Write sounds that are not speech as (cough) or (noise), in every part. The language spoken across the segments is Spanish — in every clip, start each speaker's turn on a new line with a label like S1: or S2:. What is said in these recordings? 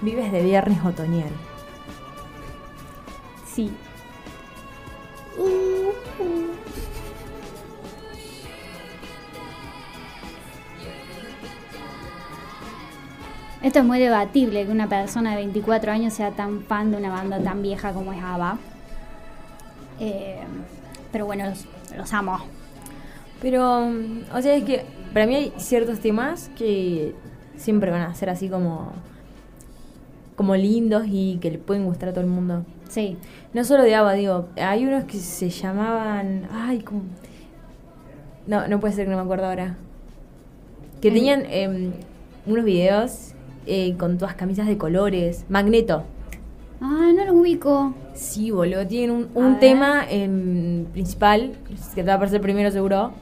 S1: Vives de viernes otoñal.
S2: Sí. Esto es muy debatible que una persona de 24 años sea tan fan de una banda tan vieja como es ABBA. Eh, pero bueno, los, los amo.
S1: Pero, mm, o sea, es que para mí hay ciertos temas que siempre van a ser así como, como lindos y que le pueden gustar a todo el mundo.
S2: Sí.
S1: No solo de ABBA, digo, hay unos que se llamaban... Ay, como... No, no puede ser que no me acuerdo ahora. Que
S2: Ay.
S1: tenían em, unos videos eh, con todas camisas de colores. Magneto.
S2: Ah, no los ubico.
S1: Sí, boludo, tienen un,
S2: A
S1: un
S2: ver.
S1: tema em, principal, que te va a aparecer primero seguro.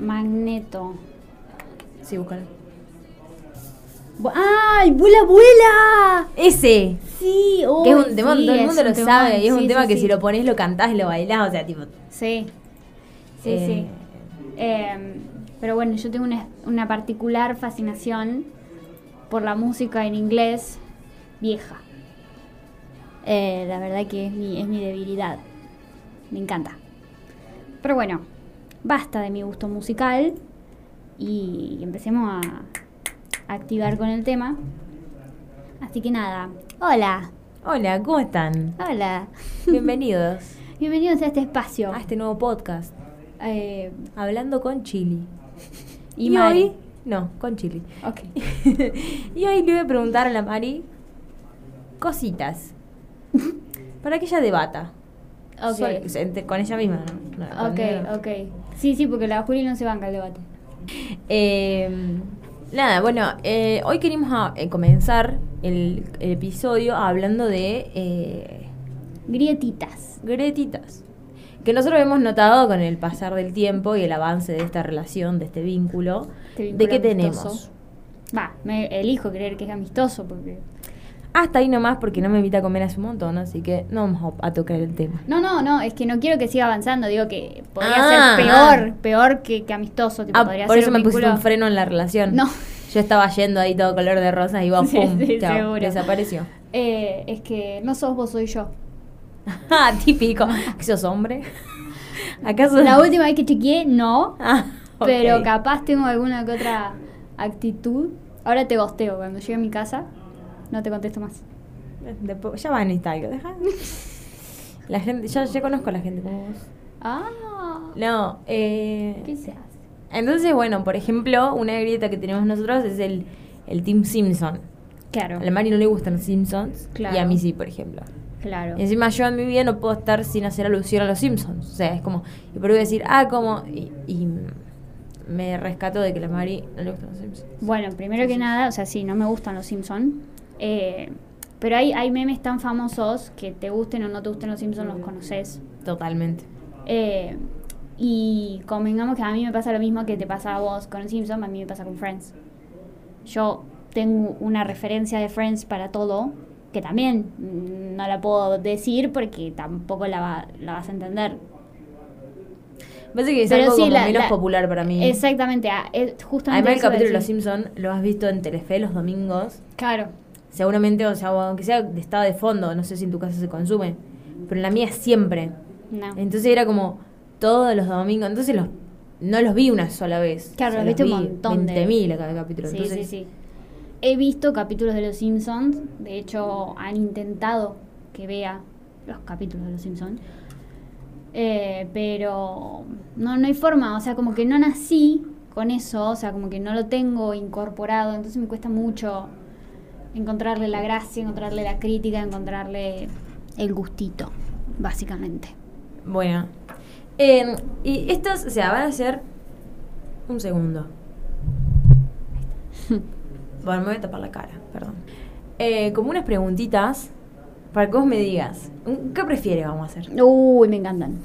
S2: Magneto.
S1: Sí, búscalo.
S2: Bu- ¡Ay! ¡Vuela, vuela!
S1: Ese,
S2: Sí, oh,
S1: que es un tema,
S2: sí,
S1: todo el
S2: es
S1: mundo
S2: un
S1: lo
S2: temón,
S1: sabe, y es
S2: sí,
S1: un
S2: sí,
S1: tema que
S2: sí.
S1: si lo pones, lo cantás y lo bailás, o sea, tipo...
S2: Sí. Sí,
S1: eh,
S2: sí. Eh, pero bueno, yo tengo una, una particular fascinación por la música en inglés vieja. Eh, la verdad que es mi, es mi debilidad. Me encanta. Pero bueno, basta de mi gusto musical y empecemos a activar con el tema. Así que nada, hola,
S1: Hola, ¿cómo
S2: (laughs)
S1: están?
S2: hola.
S1: Bienvenidos
S2: Bienvenidos a este espacio.
S1: a este nuevo podcast,
S2: Eh,
S1: Hablando con Chili.
S2: y Mari.
S1: hoy... No, con Chili. (laughs)
S2: Ok.
S1: y hoy le voy a preguntar a la Mari
S2: (laughs)
S1: cositas. Para que ella debata.
S2: Ok.
S1: Sol- o sea, entre- con ella misma, ¿no? No,
S2: Ok,
S1: conmigo no.
S2: ok. Sí, sí, porque la Juli no se banca el debate.
S1: Eh, nada, bueno, eh, hoy queremos a- eh, comenzar el, el episodio hablando de eh,
S2: Grietitas.
S1: gretitas. Que nosotros hemos notado con el pasar del tiempo y el avance de esta relación, de este vínculo,
S2: Este
S1: de
S2: vínculo
S1: qué
S2: amistoso.
S1: tenemos.
S2: Va, me elijo creer que es amistoso porque...
S1: Hasta Ah, ahí nomás porque no me invita a comer hace un montón, así que no vamos a, a tocar el tema.
S2: No, no, no, es que no quiero que siga avanzando. Digo que podría
S1: Ah,
S2: ser peor, peor que, que amistoso. tipo,
S1: Ah,
S2: podría
S1: por
S2: ser
S1: eso me pusiste un
S2: vínculo-
S1: freno en la relación.
S2: No.
S1: Yo estaba yendo ahí todo color de rosas y vos,
S2: Sí,
S1: pum,
S2: sí,
S1: chao,
S2: seguro.
S1: desapareció.
S2: Eh, es que no sos vos,
S1: (laughs)
S2: soy yo.
S1: Ah, típico. ¿Que ¿Sos
S2: (laughs)
S1: hombre? ¿Acaso?
S2: La última vez que chequeé, no.
S1: Ah, ok.
S2: Pero capaz tengo alguna que otra actitud. Ahora te gosteo. Cuando llegue a mi casa, no te contesto más.
S1: Depo- ya va en Instagram, deja. La gente, ya, ya conozco a la gente como vos.
S2: Ah,
S1: No, eh,
S2: ¿qué se hace?
S1: entonces, bueno, por ejemplo, una grieta que tenemos nosotros es el, el Team Simpson.
S2: Claro,
S1: A la Mari no le gustan los Simpsons
S2: Claro.
S1: y a mí sí, por ejemplo.
S2: claro.
S1: Y encima yo en mi vida no puedo estar sin hacer alusión a los Simpsons. O sea, es como, y por ahí voy a decir, ah, como, y, y me rescato de que la Mari no le gustan los Simpsons.
S2: Bueno, primero que nada, o sea, sí, no me gustan los Simpson eh, pero hay, hay memes tan famosos que te gusten o no te gusten los Simpsons, los conoces.
S1: Totalmente.
S2: Eh, y convengamos que a mí me pasa lo mismo que te pasa a vos con los Simpsons, a mí me pasa con Friends. Yo tengo una referencia de Friends para todo, que también mm, no la puedo decir porque tampoco la, va- la vas a entender.
S1: Parece que es
S2: Pero
S1: algo
S2: sí,
S1: como
S2: la-
S1: menos
S2: la-
S1: popular para mí.
S2: Exactamente, ah, es justamente...
S1: Además, el
S2: eso iba a
S1: capítulo de Los
S2: decir.
S1: Simpsons lo has visto en Telefe los domingos.
S2: Claro.
S1: Seguramente, o sea, o aunque sea de estado de fondo, no sé si en tu casa se consume, pero en la mía siempre.
S2: No.
S1: Entonces era como todos los domingos. Entonces los, no los vi una sola vez.
S2: Claro,
S1: O sea,
S2: los viste un montón de-
S1: 20.000 a cada capítulo.
S2: Sí,
S1: Entonces,
S2: sí, sí. He visto capítulos de Los Simpsons. De hecho, han intentado que vea los capítulos de Los Simpsons. Eh, pero no, no hay forma. O sea, como que no nací con eso. O sea, como que no lo tengo incorporado. Entonces me cuesta mucho encontrarle la gracia, encontrarle la crítica, encontrarle el gustito, básicamente.
S1: Bueno. Eh, y estos, o sea, van a ser un segundo. (laughs) Bueno, me voy a tapar la cara, perdón. Eh, como unas preguntitas para que vos me digas. ¿Qué prefieres vamos a hacer?
S2: Uy, me encantan.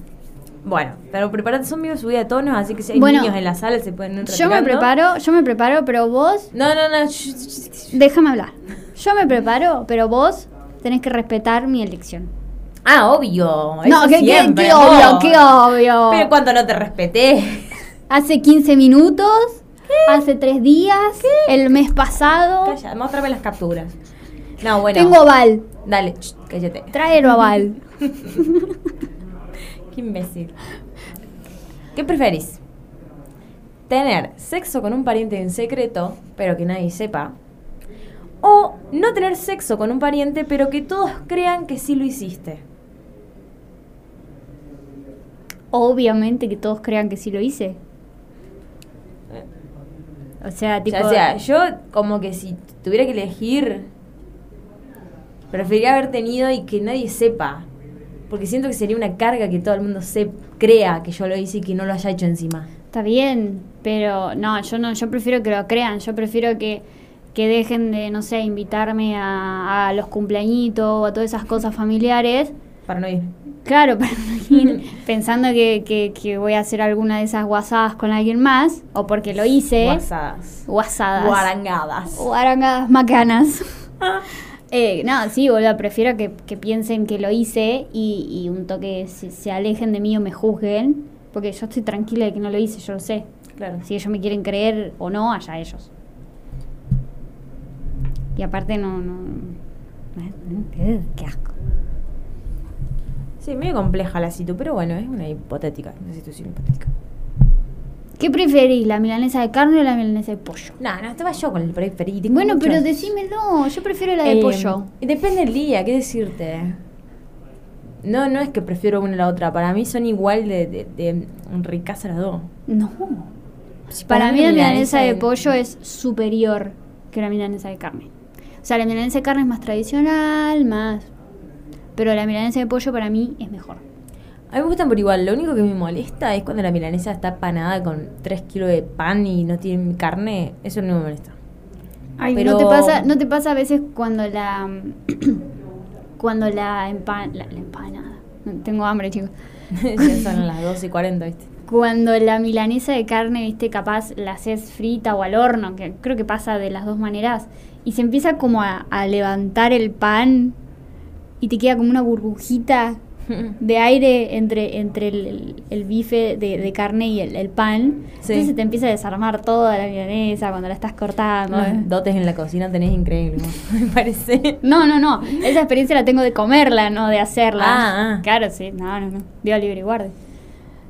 S1: Bueno, pero prepárate, son videos subida de tonos, así que si hay
S2: Bueno,
S1: niños en la sala se pueden ir
S2: Yo me
S1: retirando.
S2: preparo, yo me preparo, pero vos
S1: No, no, no. sh- sh- sh-
S2: Déjame hablar. Yo me preparo, pero vos tenés que respetar mi elección.
S1: Ah, obvio.
S2: no,
S1: eso
S2: qué, qué-
S1: siempre,
S2: qué
S1: amor.
S2: obvio, qué obvio.
S1: Pero cuando no te respeté.
S2: Hace 15 minutos hace tres días, el mes pasado.
S1: (laughs) Calla, mostrame las capturas. No, bueno.
S2: Tengo Val,
S1: Dale, ch, cállate.
S2: tráelo
S1: (laughs)
S2: a Val.
S1: Qué imbécil. ¿Qué preferís? ¿Tener sexo con un pariente en secreto, pero que nadie sepa? ¿O no tener sexo con un pariente, pero que todos crean que sí lo hiciste?
S2: Obviamente que todos crean que sí lo hice. O sea, tipo.
S1: o Eh. sea, yo como que si tuviera que elegir, preferiría haber tenido y que nadie sepa. Porque siento que sería una carga que todo el mundo se crea que yo lo hice y que no lo haya hecho encima.
S2: Está bien, pero no, yo no, yo prefiero que lo crean, yo prefiero que, que dejen de, no sé, invitarme a, a los cumpleañitos o a todas esas cosas familiares.
S1: Para no ir.
S2: Claro, (laughs) para no ir pensando que, que- que voy a hacer alguna de esas guasadas con alguien más, o porque lo hice.
S1: Guasadas.
S2: Guasadas.
S1: Guarangadas.
S2: Guarangadas macanas. (laughs) Eh, no, sí, boludo, prefiero que, que piensen que lo hice y, y un toque se, se alejen de mí o me juzguen, porque yo estoy tranquila de que no lo hice, yo lo sé.
S1: Claro.
S2: Si ellos me quieren creer o no, allá ellos. Y aparte no... no Eh, qué asco.
S1: Sí, medio compleja la situ, pero bueno, es una hipotética, una situación hipotética.
S2: ¿Qué preferís, la milanesa de carne o la milanesa de pollo?
S1: No, no, estaba yo con el preferí. tengo
S2: Bueno,
S1: muchos.
S2: pero decímelo, yo prefiero la de
S1: Eh,
S2: pollo.
S1: Depende del día, ¿qué decirte? No, no es que prefiero una a la otra. Para mí son igual de, de, de ricas a las dos.
S2: No.
S1: Si
S2: Para mí la milanesa de
S1: en-
S2: pollo es superior que la milanesa de carne. O sea, la milanesa de carne es más tradicional, más... Pero la milanesa de pollo para mí es mejor.
S1: A mí me gustan por igual. Lo único que me molesta es cuando la milanesa está panada con 3 kilos de pan y no tiene carne. Eso no me molesta. (laughs)
S2: Ay,
S1: Pero-
S2: ¿no, te pasa, ¿No te pasa a veces cuando la. (clears throat) cuando la, empan, la, la empanada. Tengo hambre, chicos.
S1: ya son las 12 y 40, (laughs) ¿viste?
S2: Cuando la milanesa de carne, viste, capaz la haces frita o al horno, que creo que pasa de las dos maneras, y se empieza como a, a levantar el pan y te queda como una burbujita de aire entre, entre el, el- el bife de, de carne y el, el pan.
S1: Sí.
S2: Entonces se te empieza a desarmar toda la milanesa cuando la estás cortando.
S1: Los dotes en la cocina tenés increíble, (laughs) vos, me parece.
S2: No, no, no. Esa experiencia la tengo de comerla, no de hacerla.
S1: Ah, ah.
S2: Claro, sí. No, no, no. Dios libre y guarde.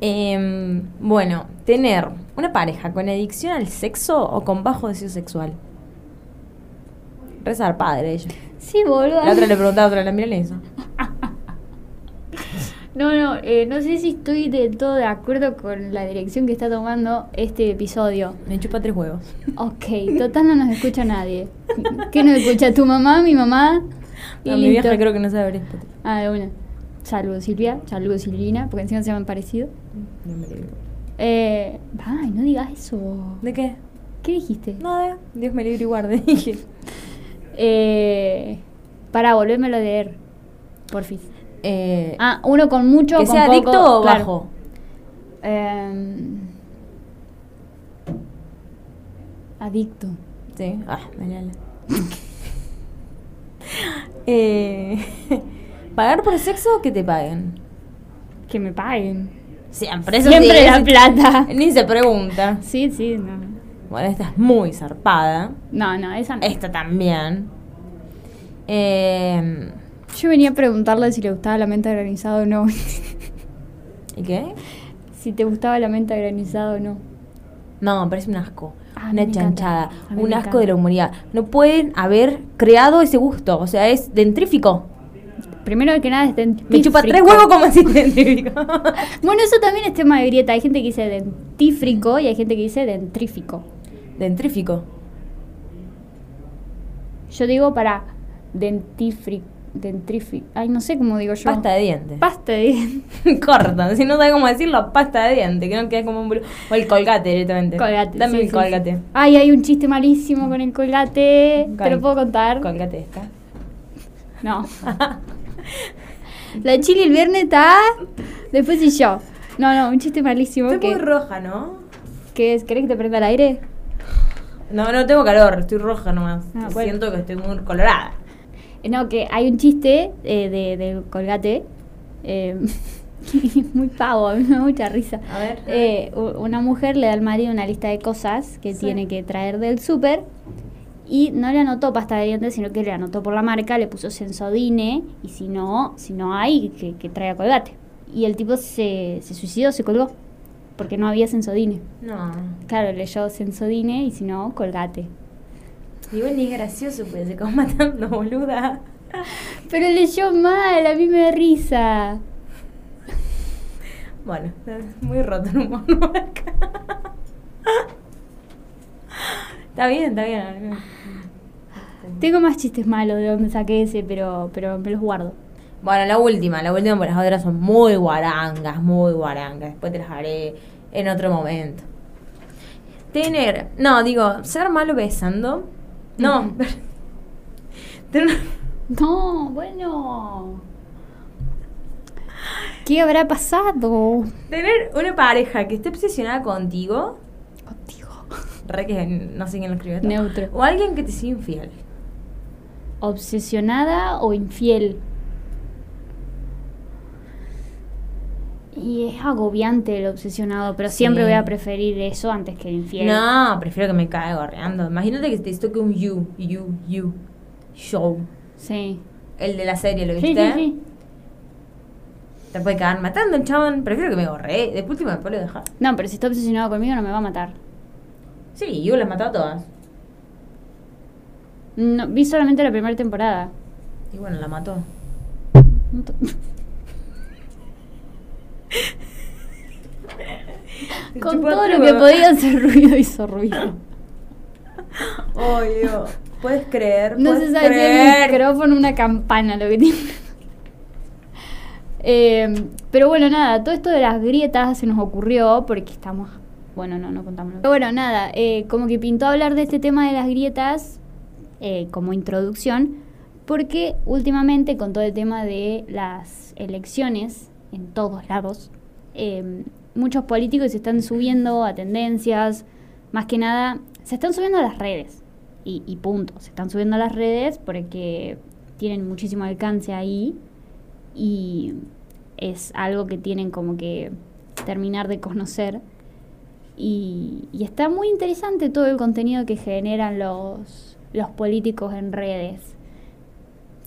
S1: Em, bueno, tener una pareja con adicción al sexo o con bajo deseo sexual. Rezar padre ella.
S2: Sí, boludo.
S1: La otra le preguntaba, otra la mira eso.
S2: No, no. eh, no sé si estoy de todo de acuerdo con la dirección que está tomando este episodio.
S1: Me chupa tres huevos.
S2: Ok, total no nos escucha nadie. ¿Qué nos escucha? ¿Tu mamá? ¿Mi mamá? Y
S1: A mi
S2: listo.
S1: vieja creo que no sabe abrir Spotify.
S2: Ah, de una. Saludos Silvia, saludos Silvina, porque encima se llaman parecido.
S1: No me libro.
S2: Eh, ay, no digas eso.
S1: ¿De qué?
S2: ¿Qué dijiste?
S1: Nada. Dios me libre y guarde, (laughs) dije.
S2: Eh, para volvérmelo a leer, por fin.
S1: Eh,
S2: Ah, uno con mucho,
S1: ¿Que
S2: con
S1: sea
S2: poco,
S1: adicto o
S2: claro.
S1: bajo?
S2: Em, adicto.
S1: Sí. Ah, mañana. (laughs) eh, (laughs) ¿Pagar por sexo o que te paguen?
S2: Que me paguen.
S1: Siempre, eso
S2: Siempre
S1: sí,
S2: la
S1: eso- (laughs)
S2: plata.
S1: Ni se pregunta.
S2: Sí, sí, no.
S1: Bueno, esta es muy zarpada.
S2: No, no, esa no.
S1: Esta también. Eh,
S2: Yo venía a preguntarle si le gustaba la menta granizada o no. (laughs)
S1: ¿Y qué?
S2: si te gustaba la menta granizada o no.
S1: No, me parece un asco.
S2: Ah, a mí
S1: una
S2: me
S1: chanchada.
S2: encanta. A mí
S1: Un
S2: me
S1: asco de la
S2: encanta.
S1: humanidad. No pueden haber creado ese gusto. O sea, es dentrífico.
S2: Primero que nada es dentífrico.
S1: Me chupa tres huevos como si (laughs) dentrífico.
S2: Bueno, eso también es tema de grieta. Hay gente que dice dentífrico y hay gente que dice dentrífico.
S1: dentrífico.
S2: Yo digo para dentifri, dentrifi, ay no sé cómo digo yo.
S1: Pasta de dientes.
S2: Pasta de dientes.
S1: (laughs) Corta. Si no sabes cómo decirlo, pasta de dientes. Que no queda como un boludo. O el colgate directamente.
S2: Colgate.
S1: Dame
S2: sí,
S1: el
S2: sí,
S1: colgate.
S2: sí. Ay, hay un chiste malísimo con el colgate. ¿Te
S1: Col-
S2: lo puedo contar?
S1: Colgate esta.
S2: (laughs) No. La chile el viernes está. Después y yo. No, no, un chiste malísimo.
S1: Estoy
S2: que,
S1: muy roja, ¿no?
S2: ¿Qué es? ¿Querés que te prenda el aire?
S1: No, no tengo calor, estoy roja nomás.
S2: Ah, bueno.
S1: Siento que estoy muy colorada.
S2: Eh, (laughs) No, que hay un chiste eh, de, del colgate. eh, muy pavo, a mí me da mucha risa.
S1: A ver.
S2: Eh, u- una mujer le da al marido una lista de cosas que
S1: Sí.
S2: tiene que traer del súper y no le anotó pasta de dientes, sino que le anotó por la marca, le puso sensodine y si no, si no hay, que, que traiga colgate. Y el tipo se, se suicidó, se colgó, porque no había sensodine.
S1: No.
S2: Claro, leyó sensodine y si no, colgate.
S1: Igual ni es gracioso, pues se acabó matando, boluda.
S2: Pero leyó mal, a mí me da risa.
S1: Bueno, (laughs) es muy roto el humor (laughs) acá. Está bien, está bien.
S2: Tengo más chistes malos de donde saqué ese, pero, pero me los guardo.
S1: Bueno, la última, la última, porque las otras son muy guarangas, muy guarangas. Después te las haré en otro momento. Tener, no, digo, ser malo besando. No,
S2: Ujú.
S1: pero- (laughs) tener una-
S2: No, bueno. ¿Qué habrá pasado
S1: tener una pareja que esté obsesionada contigo,
S2: contigo?
S1: re que no sé quién lo escribió. esto.
S2: Neutro.
S1: O alguien que te sea infiel.
S2: ¿Obsesionada o infiel? Y es agobiante el obsesionado, pero siempre
S1: Sí.
S2: voy a preferir eso antes que el infiel.
S1: No, prefiero que me caiga gorreando. Imagínate que te toque un you, you, you show.
S2: Sí.
S1: El de la serie, ¿lo
S2: Sí,
S1: viste?
S2: sí, sí.
S1: Te puede cagar matando el chabón. Prefiero que me gorree. De última, después lo dejar.
S2: No, pero si está obsesionado conmigo no me va a matar.
S1: Sí, yo las mató a todas.
S2: No, vi solamente la primera temporada.
S1: Y bueno, la mató.
S2: No to- Con todo lo
S1: (laughs)
S2: que podía hacer ruido hizo ruido.
S1: Oh, Dios. Puedes creer.
S2: No
S1: ¿Puedes
S2: se sabe si es
S1: creer?
S2: un micrófono una campana lo que tiene. Eh, pero bueno, nada, todo esto de las grietas se nos ocurrió porque estamos. Bueno, no, no contamos. Pero bueno, nada, eh, como que pintó hablar de este tema de las grietas eh, como introducción, porque últimamente con todo el tema de las elecciones en todos lados, eh, muchos políticos se están subiendo a tendencias, más que nada, se están subiendo a las redes, y, y punto, se están subiendo a las redes porque tienen muchísimo alcance ahí y es algo que tienen como que terminar de conocer. Y, y está muy interesante todo el contenido que generan los, los políticos en redes.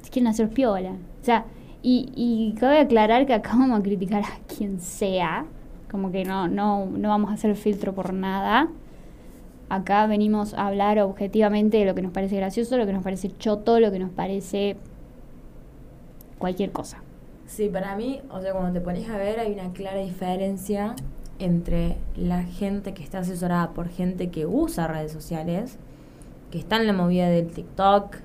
S2: Es quieren hacer piola. O sea, y, y cabe aclarar que acá vamos a criticar a quien sea. Como que no, no, no vamos a hacer filtro por nada. Acá venimos a hablar objetivamente de lo que nos parece gracioso, lo que nos parece choto, lo que nos parece cualquier cosa.
S1: Sí, para mí, o sea, cuando te pones a ver, hay una clara diferencia entre la gente que está asesorada por gente que usa redes sociales, que está en la movida del TikTok.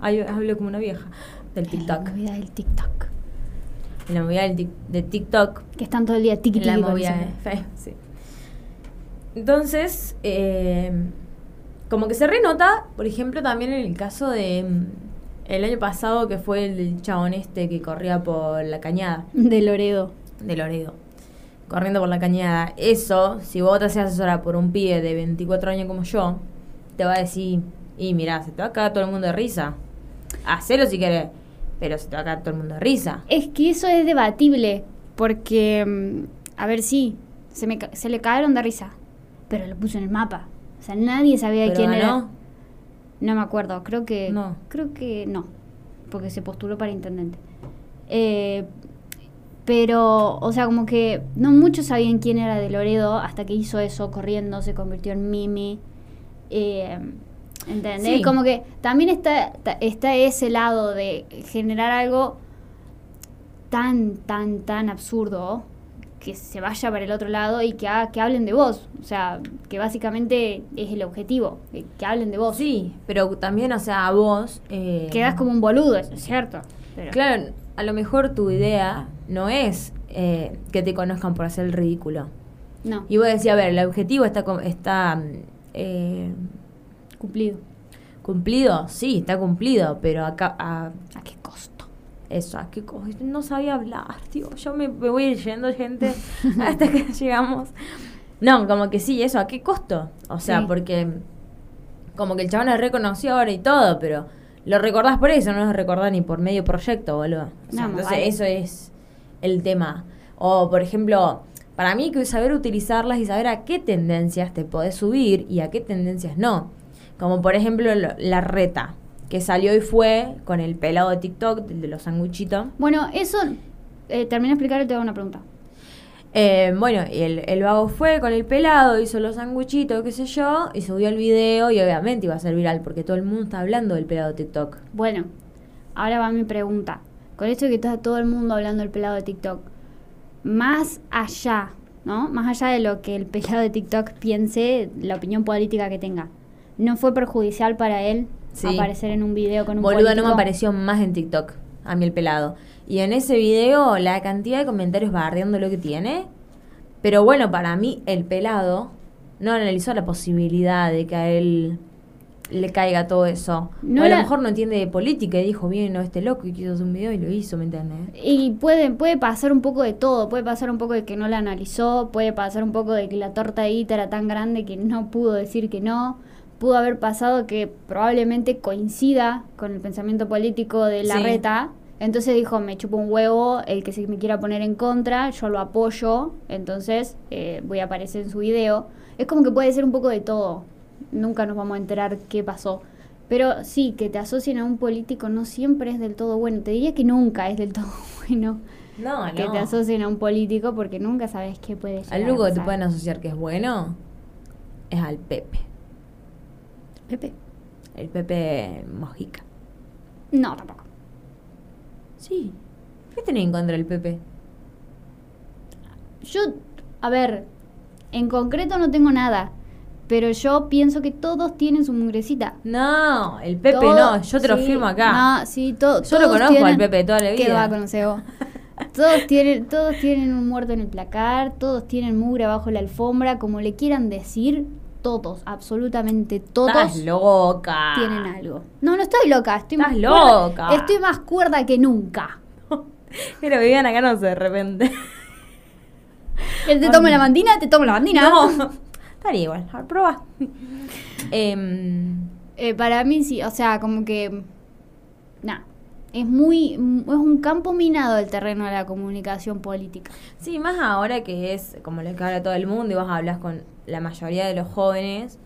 S1: Ay, hablo como una vieja. Del TikTok.
S2: La movida del TikTok.
S1: En la movida del tic- de TikTok.
S2: Que están todo el día tiki
S1: en la
S2: tiki con
S1: movida
S2: eso.
S1: de
S2: (laughs)
S1: Facebook, sí. Entonces, eh, como que se renota, por ejemplo, también en el caso de mm, el año pasado que fue el chabón este que corría por la cañada
S2: De Loredo.
S1: de Loredo. Corriendo por la cañada. Eso, si vos te haces asesora por un pibe de 24 años como yo, te va a decir, y mirá, se te va a cagar todo el mundo de risa. Hacelo si querés, pero se te va a cagar todo el mundo de risa.
S2: Es que eso es debatible, porque, mm, a ver, sí, se, me ca- se le cagaron de risa, pero lo puso en el mapa. O sea, nadie sabía
S1: Pero
S2: quién
S1: ganó.
S2: era. No me acuerdo, creo que...
S1: No.
S2: Creo que no, porque se postuló para intendente. Eh, pero, o sea, como que no muchos sabían quién era de Loredo hasta que hizo eso corriendo, se convirtió en meme. Eh, ¿Entendés?
S1: Sí.
S2: Como que también está, ta- está ese lado de generar algo tan, tan, tan absurdo que se vaya para el otro lado y que, ha- que hablen de vos. O sea, que básicamente es el objetivo, que, que hablen de vos.
S1: Sí, pero también, o sea, a vos... eh,
S2: Quedas como un boludo, eso es cierto. pero-
S1: Claro, a lo mejor tu idea no es eh, que te conozcan por hacer el ridículo.
S2: No,
S1: Y vos decís, a ver, el objetivo está... co- está mm, eh,
S2: cumplido.
S1: ¿Cumplido? Sí, está cumplido, pero acá... A,
S2: ¿A qué costo?
S1: eso, a qué co- no sabía hablar, tío. Yo me, me voy yendo, gente, (laughs) hasta que llegamos. No, como que sí, eso, ¿a qué costo? O sea,
S2: Sí.
S1: porque como que el chabón es reconocido ahora y todo, pero lo recordás por eso, no lo recordás ni por medio proyecto, boludo. O sea,
S2: No, más
S1: entonces
S2: vale.
S1: eso es el tema. O, por ejemplo, para mí que saber utilizarlas y saber a qué tendencias te podés subir y a qué tendencias no. Como, por ejemplo, lo- la reta, que salió y fue con el pelado de TikTok, el de los sanguchitos.
S2: Bueno, eso, eh, termino de explicar y te hago una pregunta.
S1: Eh, bueno, y el, el vago fue con el pelado, hizo los sanguchitos, qué sé yo, y subió el video y obviamente iba a ser viral porque todo el mundo está hablando del pelado de TikTok.
S2: Bueno, ahora va mi pregunta. Con esto de que está todo el mundo hablando del pelado de TikTok, más allá, ¿no? Más allá de lo que el pelado de TikTok piense, la opinión política que tenga, ¿no fue perjudicial para él
S1: Sí.
S2: aparecer en un video con un
S1: Boluda, no me
S2: político?
S1: apareció más en TikTok a mí el pelado. Y en ese video, la cantidad de comentarios bardeando lo que tiene. Pero bueno, para mí, el pelado no analizó la posibilidad de que a él le caiga todo eso.
S2: No
S1: O a
S2: la-
S1: lo mejor no entiende de política y dijo, bien, no, este loco y quiso hacer un video y lo hizo, ¿me entiendes?
S2: Y puede, puede pasar un poco de todo, puede pasar un poco de que no la analizó, puede pasar un poco de que la torta de guita era tan grande que no pudo decir que no, pudo haber pasado que probablemente coincida con el pensamiento político de la
S1: Sí.
S2: reta, entonces dijo, me chupo un huevo, el que se me quiera poner en contra, yo lo apoyo, entonces eh, voy a aparecer en su video. Es como que puede ser un poco de todo, nunca nos vamos a enterar qué pasó. Pero sí, que te asocien a un político no siempre es del todo bueno. Te diría que nunca es del (laughs) todo bueno
S1: Ah, No,
S2: que te asocien a un político porque nunca sabes qué puede llegar
S1: Al
S2: a
S1: único que te
S2: pasar.
S1: pueden asociar que es bueno es al Pepe.
S2: Pepe.
S1: El Pepe Mojica.
S2: No, tampoco.
S1: Sí. ¿Qué tenés en contra del Pepe?
S2: Yo, a ver, en concreto no tengo nada. Pero yo pienso que todos tienen su mungrecita.
S1: No, el Pepe
S2: Todo-
S1: no, yo te lo
S2: sí,
S1: firmo acá.
S2: No, sí, todo.
S1: Yo lo
S2: todos
S1: conozco
S2: tienen-
S1: al Pepe de toda la
S2: ¿Qué
S1: vida.
S2: va a conocer vos? Todos tienen, todos tienen un muerto en el placar, todos tienen mugre abajo de la alfombra, como le quieran decir, todos, absolutamente todos
S1: Estás loca.
S2: tienen algo. No, no estoy loca, estoy
S1: Estás
S2: más cuerda-
S1: loca.
S2: Estoy más cuerda que nunca.
S1: Pero vivían acá, no sé, de repente. (laughs)
S2: Él te toma la mandina, te toma la mandina.
S1: No.
S2: (laughs)
S1: Estaría igual. A ver, probá. Em,
S2: Eh, para mí sí, o sea, como que. Nah. Es muy. Es un campo minado el terreno de la comunicación política.
S1: sí, más ahora que es como lo que habla todo el mundo y vos hablas con la mayoría de los jóvenes.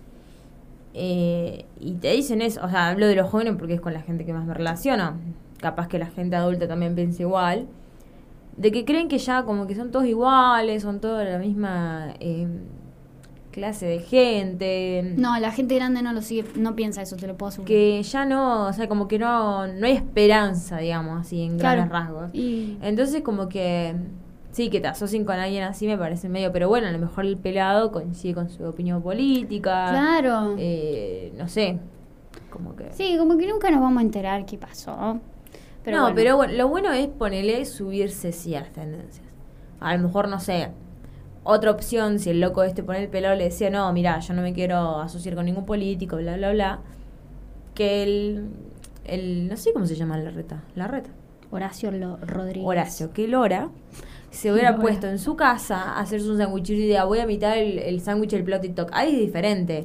S1: eh, y te dicen eso. O sea, hablo de los jóvenes porque es con la gente que más me relaciono. Capaz que la gente adulta también piensa igual. de que creen que ya como que son todos iguales, son todos la misma eh, clase de gente.
S2: No, la gente grande no lo sigue, no piensa eso, te lo puedo asegurar.
S1: Que ya no, o sea, como que no, no hay esperanza, digamos, así en
S2: Claro.
S1: grandes rasgos.
S2: Y-
S1: Entonces como que sí, que te asocien con alguien así me parece medio, pero bueno, a lo mejor el pelado coincide con su opinión política.
S2: Claro.
S1: eh, no sé, como que...
S2: Sí, como que nunca nos vamos a enterar qué pasó. Pero
S1: no,
S2: bueno.
S1: pero bueno, lo bueno es ponerle subirse sí a las tendencias. A lo mejor, no sé, otra opción, si el loco este pone el pelado le decía, no, mira, yo no me quiero asociar con ningún político, bla, bla, bla, que el, el no sé cómo se llama la reta, la reta,
S2: Horacio Lo- Rodríguez.
S1: Horacio, que Lora, se hubiera
S2: Lora.
S1: puesto en su casa a hacerse un sándwich y diría, voy a imitar el, el sándwich del plato TikTok. Ahí es diferente,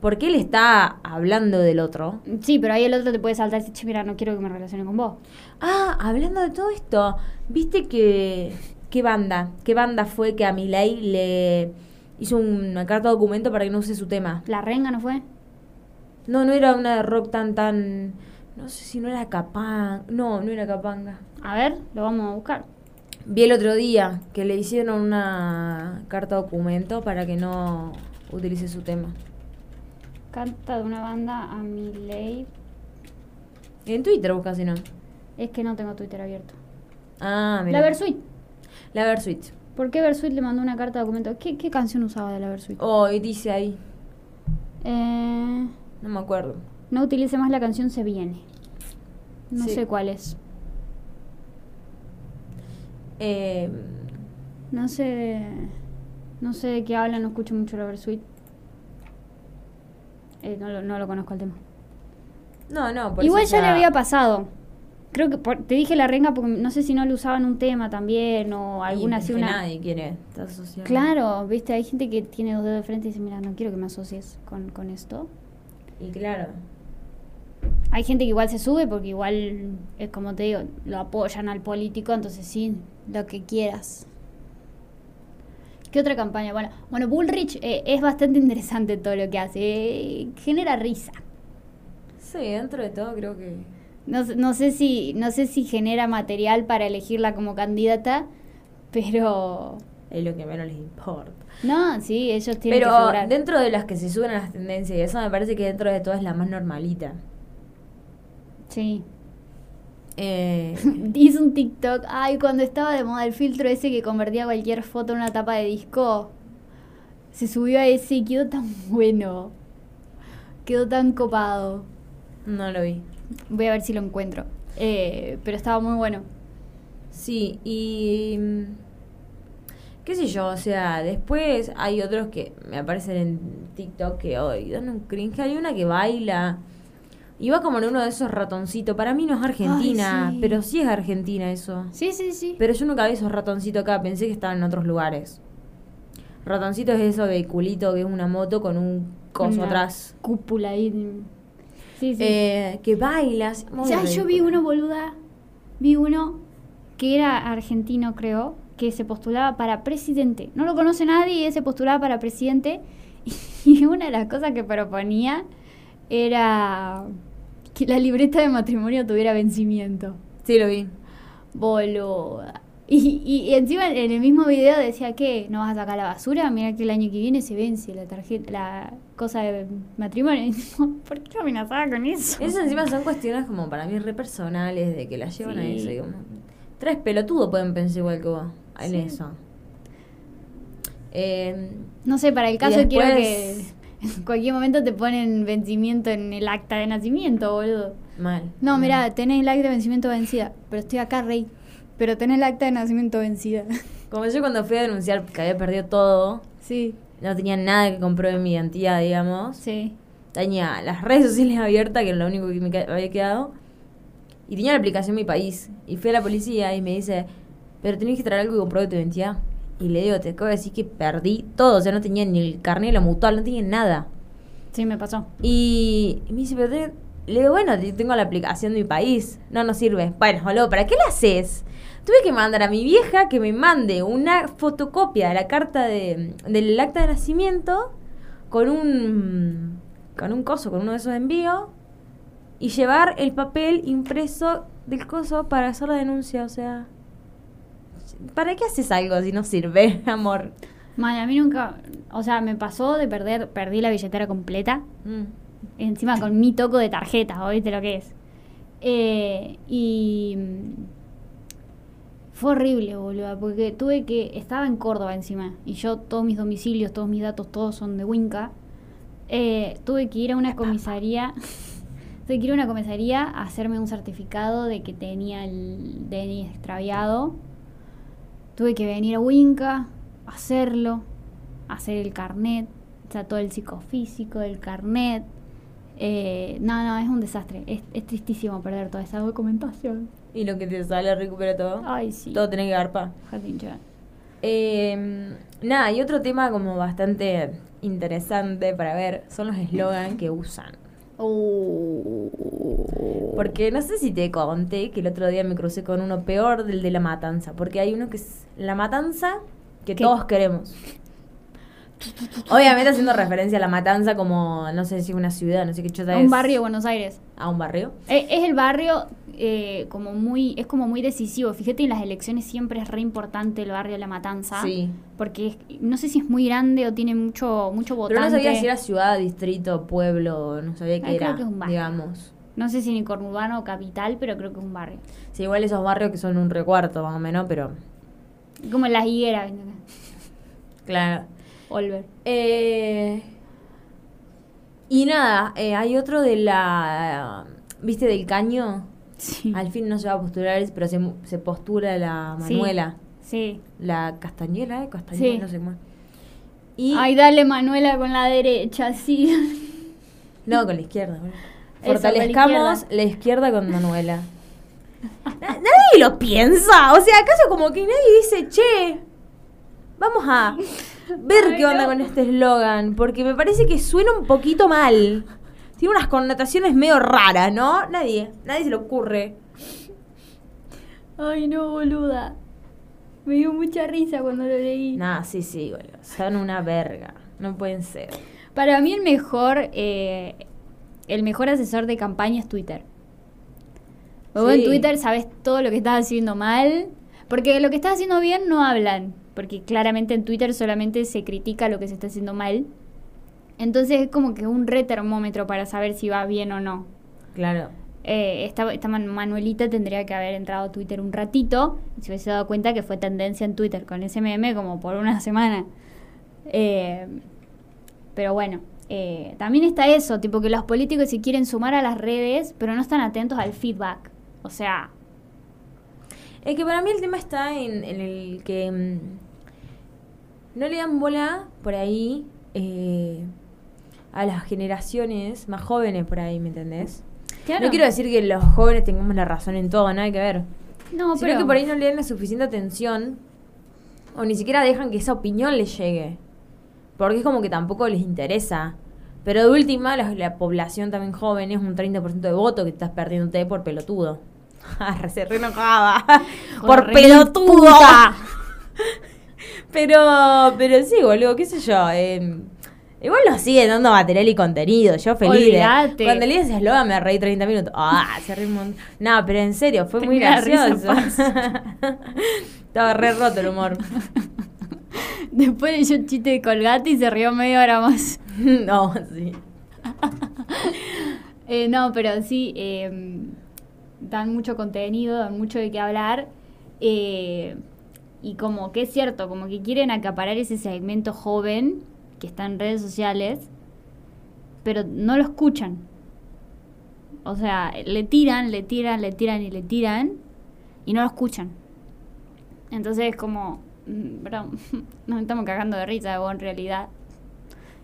S1: porque él está hablando del otro,
S2: Sí, pero ahí el otro te puede saltar y decir, che, mira, no quiero que me relacione con vos.
S1: Ah, hablando de todo esto, ¿viste que qué banda? ¿Qué banda fue que a Milei le hizo una carta de documento para que no use su tema?
S2: ¿La renga no fue?
S1: No, no era una de rock tan tan no sé si no era Capanga, no, no era Capanga.
S2: A ver, lo vamos a buscar.
S1: Vi el otro día que le hicieron una carta de documento para que no utilice su tema.
S2: Canta de una banda a mi ley.
S1: En Twitter busca si no.
S2: Es que no tengo Twitter abierto.
S1: Ah, mira.
S2: La Versuit.
S1: La Versuit.
S2: ¿Por qué Versuit le mandó una carta de documento? ¿Qué, qué canción usaba de la Versuit?
S1: Oh, y dice ahí,
S2: Eh,
S1: no me acuerdo.
S2: no utilice más la canción Se Viene. No
S1: Sí.
S2: sé cuál es.
S1: Eh,
S2: No sé de, no sé de qué hablan, no escucho mucho la Versuit. Eh, no, lo, no lo conozco el tema.
S1: no, no, por eso,
S2: Igual
S1: o
S2: ya le
S1: sea,
S2: había pasado. Creo que por- te dije la renga porque no sé si no le usaban un tema también o alguna
S1: Y
S2: así
S1: que
S2: una.
S1: nadie quiere estar asociado.
S2: Claro, viste, hay gente que tiene dos dedos de frente y dice, mira, no quiero que me asocies con, con esto.
S1: Y claro.
S2: Hay gente que igual se sube porque igual, es como te digo, lo apoyan al político, entonces sí, lo que quieras. ¿Qué otra campaña? Bueno, bueno Bullrich eh, es bastante interesante todo lo que hace. eh, genera risa.
S1: Sí, dentro de todo creo que...
S2: No, s- no sé si, no sé si genera material para elegirla como candidata, pero
S1: Es lo que menos les importa.
S2: no, sí, ellos tienen que
S1: Pero
S2: figurar.
S1: dentro de las que se suben a las tendencias, y eso me parece que dentro de todo es la más normalita.
S2: Sí. (laughs)
S1: Eh,
S2: Hice un TikTok. Ay, cuando estaba de moda el filtro ese que convertía cualquier foto en una tapa de disco. Se subió a ese y quedó tan (laughs) bueno. Quedó tan copado.
S1: no lo vi.
S2: Voy a ver si lo encuentro. Eh, pero estaba muy bueno.
S1: Sí, y... mm, qué sé yo, o sea, después hay otros que me aparecen en TikTok que hoy dan un cringe. Hay una que baila y va como en uno de esos ratoncitos. Para mí no es Argentina,
S2: Ay, sí.
S1: pero sí es Argentina eso.
S2: Sí, sí, sí.
S1: Pero yo nunca vi esos ratoncitos acá, pensé que estaban en otros lugares. Ratoncito es eso de culito que es una moto con un
S2: Con
S1: coso
S2: una
S1: atrás.
S2: Cúpula ahí. Sí, sí.
S1: Eh, que bailas. muy
S2: ya, yo vi
S1: ridículo.
S2: uno, boluda. Vi uno que era argentino, creo, que se postulaba para presidente. No lo conoce nadie y él se postulaba para presidente. (laughs) Y una de las cosas que proponía era que la libreta de matrimonio tuviera vencimiento.
S1: Sí, lo vi.
S2: Boluda. Y, y- y encima en el mismo video decía que no vas a sacar la basura, mira que el año que viene se vence la tarjeta, la cosa de matrimonio. (laughs) Y tipo, ¿Por qué lo amenazaba con eso?
S1: Eso encima son cuestiones como para mí re personales, de que las llevan a
S2: Sí.
S1: eso. y como- tres pelotudos pueden pensar igual que vos en
S2: Sí.
S1: eso. Eh,
S2: No sé, para el
S1: Y
S2: caso quiero que
S1: después-
S2: (laughs) en cualquier momento te ponen vencimiento en el acta de nacimiento, boludo.
S1: mal.
S2: No,
S1: Mal.
S2: mira, tenés el acta de vencimiento vencida, pero estoy acá, rey. Pero tenés el acta de nacimiento vencida. (laughs)
S1: Como yo cuando fui a denunciar que había perdido todo,
S2: sí,
S1: no tenía nada que compruebe mi identidad, digamos.
S2: sí.
S1: Tenía las redes sociales abiertas, que era lo único que me que- había quedado. Y tenía la aplicación Mi País. Y fui a la policía y me dice, pero tenés que traer algo que compruebe tu identidad. Y le digo, te acabo de decir que perdí todo. O sea, no tenía ni el carnet, la mutual, no tenía nada.
S2: Sí, me pasó.
S1: Y me dice, pero tenés-". Le digo, bueno, te- tengo la aplicación de mi país. No, no sirve. Bueno, boludo, ¿para qué la haces? Tuve que mandar a mi vieja que me mande una fotocopia de la carta de, del acta de nacimiento con un, con un coso, con uno de esos envíos y llevar el papel impreso del coso para hacer la denuncia. O sea, ¿para qué haces algo si no sirve, (laughs) amor?
S2: Mal, a mí nunca, o sea, me pasó de perder, perdí la billetera completa.
S1: Mm.
S2: Encima con mi toco de tarjeta, oíste lo que es. Eh, y mm, fue horrible, boludo, porque tuve que, estaba en Córdoba encima, y yo todos mis domicilios, todos mis datos, todos son de Winca. Eh, tuve que ir a una comisaría, (laughs) tuve que ir a una comisaría a hacerme un certificado de que tenía el DNI extraviado. Tuve que venir a Winca, hacerlo, hacer el carnet, o sea, todo el psicofísico, el carnet. Eh, no, no, es un desastre. Es, es tristísimo perder toda esa documentación.
S1: Y lo que te sale, recupera todo.
S2: Ay, sí.
S1: Todo tenés que garpar.
S2: Jardín Chan.
S1: Eh, nada, y otro tema como bastante interesante para ver son los eslogan que usan. Uh.
S2: Oh.
S1: Porque no sé si te conté que el otro día me crucé con uno peor del de la matanza, porque hay uno que es la matanza que
S2: ¿Qué?
S1: todos queremos. Obviamente haciendo referencia a la matanza como, no sé si una ciudad, no sé qué chota
S2: A
S1: es.
S2: un barrio de Buenos Aires.
S1: A un barrio.
S2: Eh, Es, el barrio eh, como muy, es como muy decisivo. Fíjate, en las elecciones siempre es re importante el barrio de La Matanza.
S1: Sí.
S2: Porque es- no sé si es muy grande o tiene mucho, mucho
S1: Pero no
S2: votante.
S1: sabía si era ciudad, distrito, pueblo, no sabía qué
S2: Ay, creo
S1: era,
S2: que es un barrio.
S1: digamos.
S2: No sé si ni conurbano o capital, pero creo que es un barrio.
S1: Sí, igual esos barrios que son un recuarto más o menos, pero
S2: Como en las higueras.
S1: claro.
S2: Olver.
S1: Eh, y nada, eh, hay otro de la... ¿Viste del caño?
S2: Sí.
S1: Al fin no se va a postular, pero se, se postula la
S2: Sí.
S1: Manuela.
S2: Sí.
S1: La Castañuela, ¿eh? Castañuela,
S2: Sí.
S1: no sé cómo. es. Y...
S2: Ay, dale Manuela con la derecha, sí. (laughs)
S1: no, con la izquierda. boludo.
S2: con la
S1: Fortalezcamos
S2: izquierda.
S1: la izquierda con
S2: (laughs)
S1: Manuela. Na- nadie lo piensa. O sea, acaso como que nadie dice, che, vamos a ver
S2: Ay,
S1: qué onda
S2: no.
S1: con este eslogan, porque me parece que suena un poquito mal. tiene unas connotaciones medio raras, ¿no? Nadie, nadie se le ocurre.
S2: Ay, no, boluda. Me dio mucha risa cuando lo leí.
S1: Nah, sí, sí, boludo. Son una verga. No pueden ser.
S2: Para mí el mejor, eh, el mejor asesor de campaña es Twitter. Porque vos
S1: Sí.
S2: en Twitter sabes todo lo que estás haciendo mal, porque lo que estás haciendo bien no hablan, porque claramente en Twitter solamente se critica lo que se está haciendo mal. Entonces es como que un re termómetro para saber si va bien o no.
S1: Claro.
S2: Eh, esta, esta man- Manuelita tendría que haber entrado a Twitter un ratito y se hubiese dado cuenta que fue tendencia en Twitter con ese meme como por una (laughs) semana. Eh, pero bueno, eh, también está eso, tipo que los políticos se quieren sumar a las redes, pero no están atentos al feedback. O sea,
S1: Es que para mí el tema está en, en el que mm, no le dan bola por ahí eh, a las generaciones más jóvenes por ahí, ¿me entendés? No quiero decir que los jóvenes tengamos la razón en todo, nada que ver.
S2: No,
S1: Sino
S2: pero
S1: que por
S2: (laughs)
S1: ahí no le dan la suficiente atención o ni siquiera dejan que esa opinión les llegue. Porque es como que tampoco les interesa. Pero de última, la, la población también joven es un 30% de voto que estás perdiéndote por pelotudo. (laughs) Arre, Se re
S2: (laughs)
S1: enojaba. por
S2: Corre,
S1: pelotudo.
S2: puta.
S1: (laughs) Pero, pero sí, boludo, qué sé yo. eh, igual lo siguen dando material y contenido. Yo feliz. de-
S2: Olvídate.
S1: Cuando leí ese eslogan me reí 30 minutos. Ah, se reí un montón. No, pero en serio, fue muy
S2: Tenía risa
S1: gracioso. (laughs) Estaba re roto el humor.
S2: después leyó el chiste de Colgate y se rió media hora más.
S1: (laughs) no, sí.
S2: Eh, no, pero sí, eh, dan mucho contenido, dan mucho de qué hablar. eh, y como que es cierto, como que quieren acaparar ese segmento joven que está en redes sociales, pero no lo escuchan. O sea, le tiran, le tiran, le tiran y le tiran, y no lo escuchan. Entonces es como, mm, bro, (laughs) nos estamos cagando de risa, vos en realidad.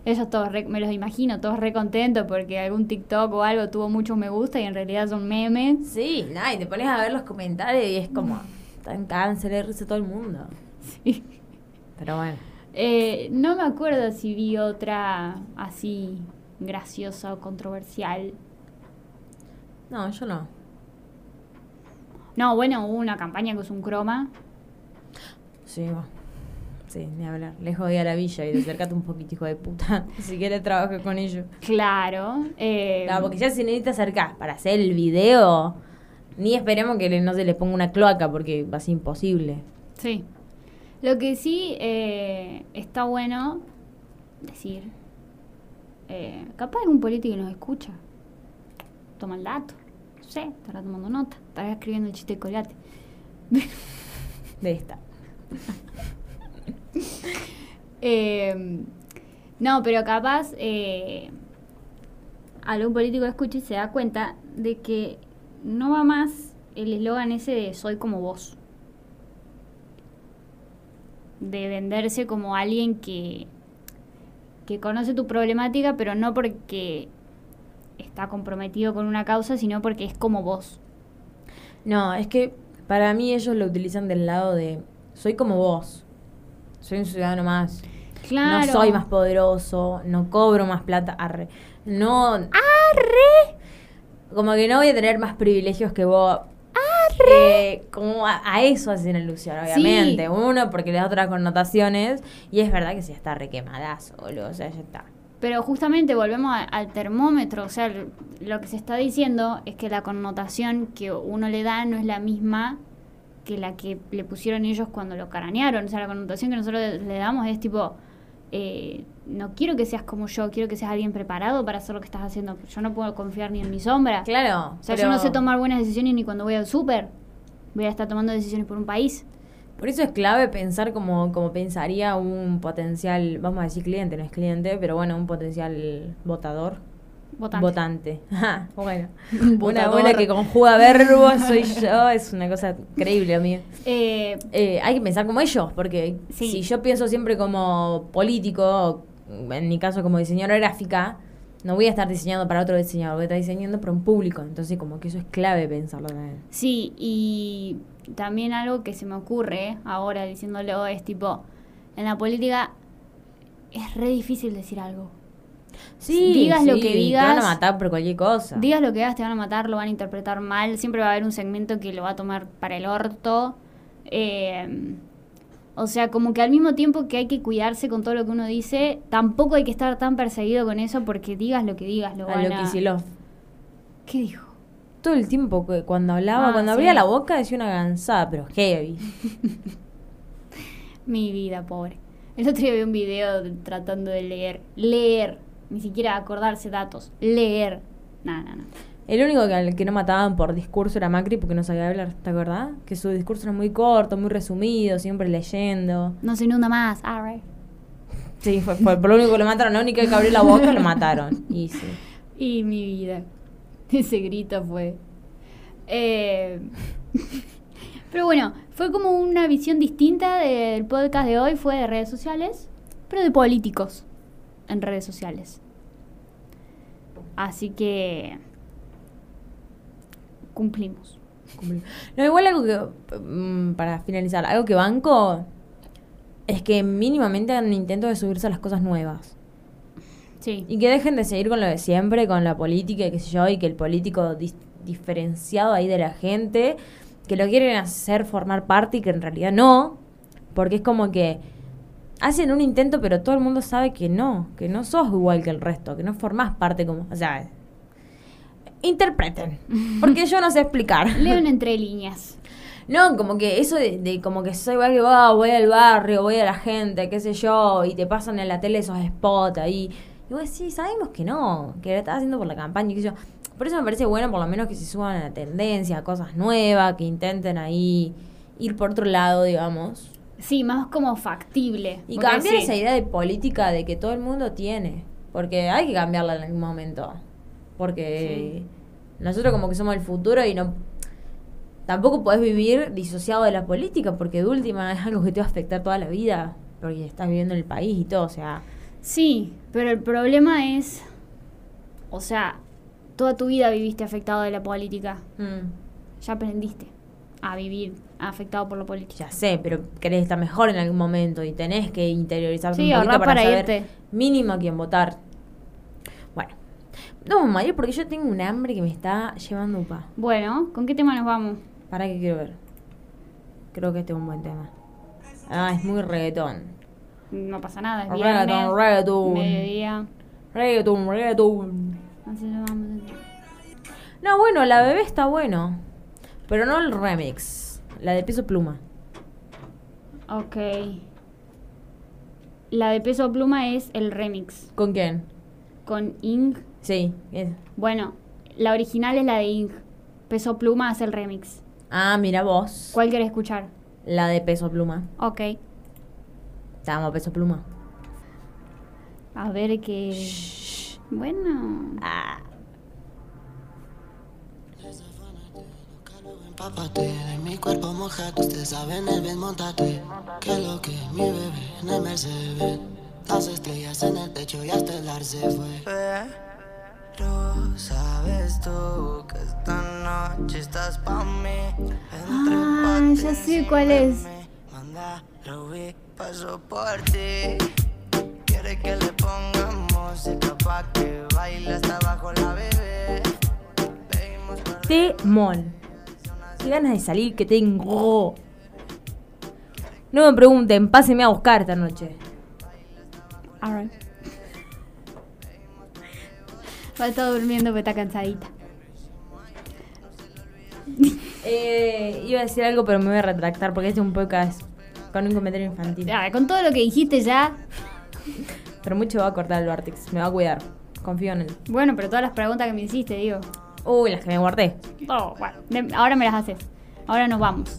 S2: Ellos todos, re- me los imagino, todos re contentos porque algún TikTok o algo tuvo muchos me gusta y en realidad son memes.
S1: Sí, nada, y te pones a ver los comentarios y es como. Tan cáncer, le risa todo el mundo.
S2: Sí.
S1: Pero bueno.
S2: Eh, no me acuerdo si vi otra así graciosa o controversial.
S1: No, yo no.
S2: No, bueno, hubo una campaña que es un croma.
S1: Sí, va. Sí, ni hablar. Lejos de ir a la villa y te acercate un poquito, hijo de puta. (laughs) Si quieres trabajar con ellos. Em.
S2: Claro. eh,
S1: Claro, porque ya si necesitas acercar para hacer el video, ni esperemos que le- no se les ponga una cloaca porque va a ser imposible.
S2: Sí. Lo que sí eh, está bueno decir. eh, capaz algún político nos escucha. Toma el dato. No sé, estará tomando nota. Estará escribiendo el chiste de colate.
S1: De esta.
S2: Eh, no, pero capaz eh, algún político escucha y se da cuenta de que no va más el eslogan ese de soy como vos. De venderse como alguien que, que conoce tu problemática, pero no porque está comprometido con una causa, sino porque es como vos.
S1: No, es que para mí ellos lo utilizan del lado de soy como vos. Soy un ciudadano más.
S2: Claro.
S1: No soy más poderoso, no cobro más plata, arre. No. ¡Arre! Como que no voy a tener más privilegios que vos. ¡Arre! como a, a eso hacen alusión,
S2: Sí.
S1: obviamente. Uno, porque le da otras connotaciones. Y es verdad que sí está requemadazo, boludo. O sea, ya está.
S2: Pero justamente volvemos a- al termómetro, o sea, l- lo que se está diciendo es que la connotación que uno le da no es la misma que la que le pusieron ellos cuando lo caranearon, o sea, la connotación que nosotros le- le damos es tipo, eh, no quiero que seas como yo, quiero que seas alguien preparado para hacer lo que estás haciendo, yo no puedo confiar ni en mi sombra,
S1: Claro.
S2: o sea,
S1: pero-
S2: yo no sé tomar buenas decisiones ni cuando voy al súper, voy a estar tomando decisiones por un país.
S1: Por eso es clave pensar como, como pensaría un potencial, vamos a decir cliente, no es cliente, pero bueno, un potencial votador.
S2: Votante.
S1: (laughs) Ajá,
S2: (laughs)
S1: bueno. Una
S2: Votador.
S1: buena que conjuga verbos soy yo, es una cosa increíble, amigo.
S2: Eh,
S1: Eh, hay que pensar como ellos, porque
S2: Sí.
S1: si yo pienso siempre como político, o en mi caso como diseñadora gráfica, no voy a estar diseñando para otro diseñador, voy a estar diseñando para un público. Entonces como que eso es clave pensarlo también.
S2: Sí, y también algo que se me ocurre ahora "Oh, diciéndolo es tipo, en la política es re difícil decir algo.
S1: Sí,
S2: digas lo
S1: sí,
S2: que
S1: Te van a
S2: digas.
S1: matar por cualquier cosa.
S2: Digas lo que hagas, te van a matar, lo van a interpretar mal. Siempre va a haber un segmento que lo va a tomar para el orto. Eh, o sea, como que al mismo tiempo que hay que cuidarse con todo lo que uno dice, tampoco hay que estar tan perseguido con eso porque digas lo que digas, lo
S1: a
S2: van
S1: lo
S2: a...
S1: Kicillof.
S2: ¿Qué dijo?
S1: Todo el tiempo que cuando hablaba,
S2: Ah,
S1: cuando
S2: sí.
S1: abría la boca decía una gansada, pero heavy.
S2: Mi vida, pobre. El otro día vi un video de- tratando de leer. Leer. Ni siquiera acordarse datos. Leer. No, no, no.
S1: El único que, al que no mataban por discurso era Macri porque no sabía hablar, ¿te acordás? Que su discurso era muy corto, muy resumido, siempre leyendo.
S2: No se inunda más. All right.
S1: Sí, fue, fue por lo único que lo mataron, la única que abrió la boca lo mataron. Y sí.
S2: Y mi vida. (laughs) Ese grito fue. Eh, (laughs) pero bueno, fue como una visión distinta del podcast de hoy. Fue de redes sociales, pero de políticos en redes sociales. Así que. Cumplimos.
S1: Cumplí. No, igual algo que, mm, para finalizar, algo que banco es que mínimamente hagan un intento de subirse a las cosas nuevas.
S2: Sí.
S1: Y que dejen de seguir con lo de siempre, con la política y qué sé yo, y que el político dis- diferenciado ahí de la gente, que lo quieren hacer formar parte y que en realidad no, porque es como que hacen un intento pero todo el mundo sabe que no, que no sos igual que el resto, que no formás parte como... O sea, interpreten, porque yo no sé explicar.
S2: Lean entre líneas.
S1: No, como que eso de, de como que soy igual que vos, "Ah, voy al barrio, voy a la gente, qué sé yo, y te pasan en la tele esos spots ahí. Y vos sí, sabemos que no, que lo estás haciendo por la campaña, y qué sé yo. Por eso me parece bueno por lo menos que se suban a la tendencia, a cosas nuevas, que intenten ahí ir por otro lado, digamos.
S2: Sí, más como factible.
S1: Y
S2: porque
S1: cambiar
S2: sí.
S1: esa idea de política de que todo el mundo tiene. Porque hay que cambiarla en algún momento. Porque
S2: Sí.
S1: nosotros como que somos el futuro y no... Tampoco podés vivir disociado de la política porque de última es algo que te va a afectar toda la vida. Porque estás viviendo en el país y todo, o sea...
S2: Sí, pero el problema es, o sea, toda tu vida viviste afectado de la política.
S1: mm,
S2: Ya aprendiste a vivir afectado por la política.
S1: ya sé, pero querés estar mejor en algún momento y tenés que interiorizarte
S2: Sí,
S1: un poquito
S2: ahorrar
S1: para,
S2: para
S1: saber
S2: irte.
S1: mínimo a quién votar. Bueno. No, vamos a ir porque yo tengo un hambre que me está llevando upa.
S2: Bueno, ¿con qué tema nos vamos?
S1: ¿Para qué quiero ver? Creo que este es un buen tema. Ah, es muy reggaetón.
S2: No pasa nada, es
S1: Reggaeton,
S2: viernes,
S1: reggaeton.
S2: mediodía.
S1: Reggaetón, reggaetón.
S2: Así lo vamos a hacer.
S1: No, bueno, la bebé está bueno. Pero no el remix. La de peso pluma.
S2: Ok. La de Peso Pluma es el remix
S1: ¿Con quién?
S2: con Ing.
S1: Sí. es-
S2: Bueno, la original es la de Ing. Peso Pluma hace el remix.
S1: Ah, mira vos.
S2: ¿Cuál querés escuchar?
S1: La de peso pluma.
S2: Ok.
S1: Estábamos peso pluma.
S2: A ver qué. Bueno.
S1: Ah.
S3: Empápate de mi cuerpo mojado, ustedes saben el bien montate. Que lo que mi bebé en el Mercedes, las estrellas en el techo y hasta el ar se fue.
S4: Pero sabes tú que esta noche estás pa' mí. Entre
S2: Ah,
S4: patas
S2: ya sé
S4: sin
S2: cuál es.
S4: verme. Manda, lo vi, paso por ti. Quiere que le ponga música pa' que baile hasta abajo la bebé. Pedimos perdón.
S1: Temón. Qué ganas de salir que tengo. No me pregunten, pásenme a buscar esta noche.
S2: Alright. Va a estar durmiendo porque está cansadita.
S1: Eh, iba a decir algo, pero me voy a retractar porque este es un podcast con un comentario infantil.
S2: Ah, con todo lo que dijiste ya.
S1: Pero mucho va a cortar el Vortex, me va a cuidar. Confío en él.
S2: Bueno, pero todas las preguntas que me hiciste, digo.
S1: Uy, las que me guardé.
S2: Oh, bueno. De- Ahora me las haces. Ahora nos vamos.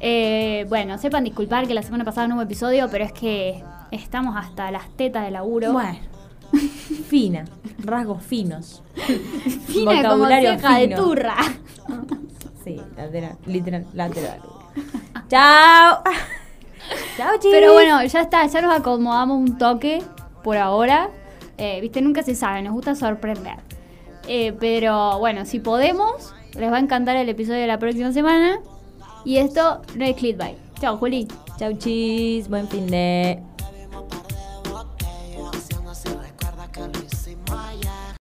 S2: Eh, bueno, sepan disculpar que la semana pasada no hubo episodio, pero es que estamos hasta las tetas de laburo.
S1: Bueno. (laughs) Fina. Rasgos finos.
S2: fina como
S1: vocabulario
S2: ceja de
S1: fino.
S2: turra.
S1: Sí, lateral. Literal,
S2: (laughs)
S1: lateral. Chao. Chao, chicos.
S2: Pero bueno, ya está, ya nos acomodamos un toque por ahora. Eh, Viste, nunca se sabe, nos gusta sorprender. Eh, pero bueno, si podemos, les va a encantar el episodio de la próxima semana. Y esto no es clickbait. Chao, Juli.
S1: Chao, chis. Buen fin de.